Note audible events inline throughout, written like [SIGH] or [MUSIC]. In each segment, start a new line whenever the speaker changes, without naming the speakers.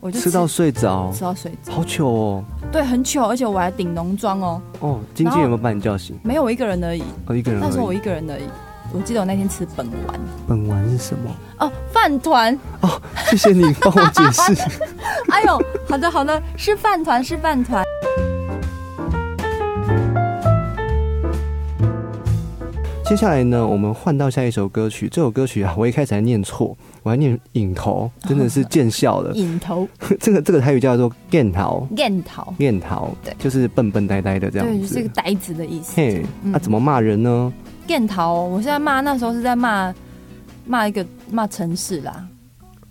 我就
吃到睡着，
吃到睡着，
好糗哦！
对，很糗，而且我还顶浓妆哦，
哦，经纪人有没有把你叫醒？
没有我一个人而已。
哦，一个人而已。
那时候我一个人而已。我记得我那天吃本丸
本丸是什么？
哦，饭团。 [LAUGHS]
哦， [LAUGHS] 谢谢你帮我解释。 [LAUGHS]
哎呦，好的好的，是饭团是饭团。
接下来呢，我们换到下一首歌曲。这首歌曲啊，我一开始还念错，我还念引头，真的是见
[LAUGHS]
笑了。 [LAUGHS]
引头，
这个这个台语叫做“念桃
燕桃”，。
念桃，
对
就是笨笨呆呆的这
对，
样
就是个嗯
子。
呆子的意思。
嘿，那、怎么骂人呢？
燕桃、哦，我现在骂那时候是在骂骂一个骂城市啦，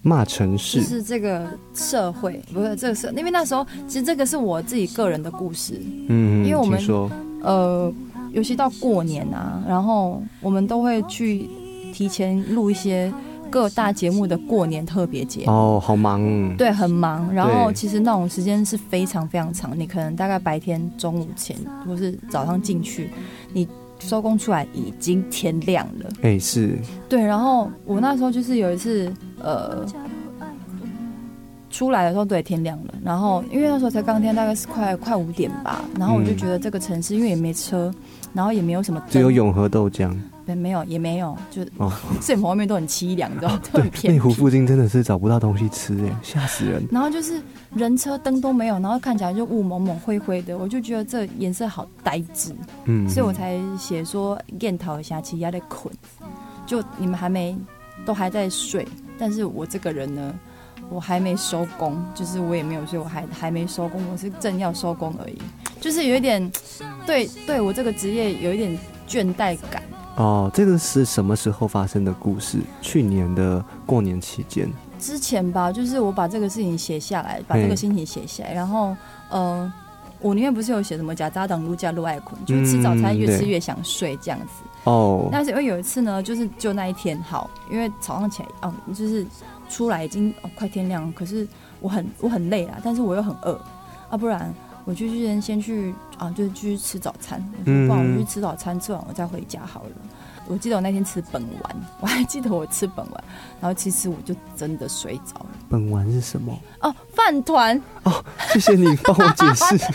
骂城
就
市，
是这个社会，不是这个社，因为那时候其实这个是我自己个人的故事。
嗯，
因为我们
请说，
呃，尤其到过年啊，然后我们都会去提前录一些各大节目的过年特别节目。
哦，好忙，嗯，
对，很忙。然后
对
其实那种时间是非常非常长，你可能大概白天中午前或是早上进去，你收工出来已经天亮了。
哎、是，
对，然后我那时候就是有一次，呃，出来的时候对天亮了，然后因为那时候才刚天，大概是快快五点吧，然后我就
嗯
觉得这个城市因为也没车，然后也没有什么灯，
只有永和豆浆。
没没有也没有，就是
哦
[LAUGHS] 摄影棚外面都很凄凉，你知道吗，
[LAUGHS]
都
对
很，偏
内湖
僻。
附近真的是找不到东西吃、哎，吓死人。
然后就是人车灯都没有，然后看起来就雾蒙蒙灰灰的，我就觉得这颜色好呆滞，
嗯，
所以我才写说研讨一下，其实还在困，就你们还没都还在睡，但是我这个人呢，我还没收工，就是我也没有睡，我还还没收工，我是正要收工而已，就是有一点对对我这个职业有一点倦怠感。
哦，这个是什么时候发生的故事？去年的过年期间。
之前吧，就是我把这个事情写下来，把这个心情写下来，然后，呃，我里面不是有写什么“假渣党撸架撸爱困”，就是吃早餐越吃越想睡这样子。
哦，
但是因为有一次呢，就是就那一天好，因为早上起来哦，就是出来已经哦快天亮了，可是我很我很累啦，但是我又很饿，啊不然我就先先去啊，就是去吃早餐，我说
嗯
不然我就去吃早餐，吃完我再回家好了。我记得我那天吃本丸， [LAUGHS] 我还记得我吃本丸，然后其实我就真的睡着了。
本丸是什么？ [LAUGHS]
哦，饭团，
谢谢你帮我解释。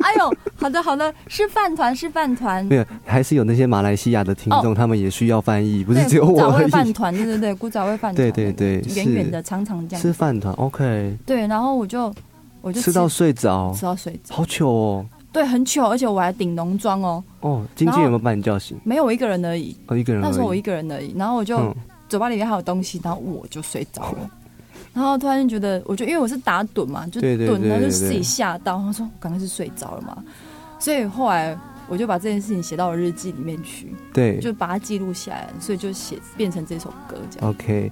哎呦，好的好的，是饭团是饭团
没，有，还是有那些马来西亚的听
哦
众，他们也需要翻译，不是
对
只有
古
我
早
而
味饭
已。
团，对对对，古早味饭团，
对对对
那个
是
圆圆的长长这样，
吃饭团，OK，
对，然后我就我就
吃到睡着，
吃到睡着，
好糗哦。
对，很糗，而且我还顶浓妆哦，
哦，经纪人有没有把你叫醒？
没有我一个人而已，
哦，一个人而已。嗯
那时候我一个人而已，然后我就、嘴巴里面还有东西，然后我就睡着了。然后突然就觉得，我就因为我是打盹嘛，就
对对
盹，
对
然后就
对
自己
对
吓到，然后说我刚刚是睡着了嘛，所以后来我就把这件事情写到我日记里面去。
对
就把它记录下来，所以就写变成这首歌这样。
，OK。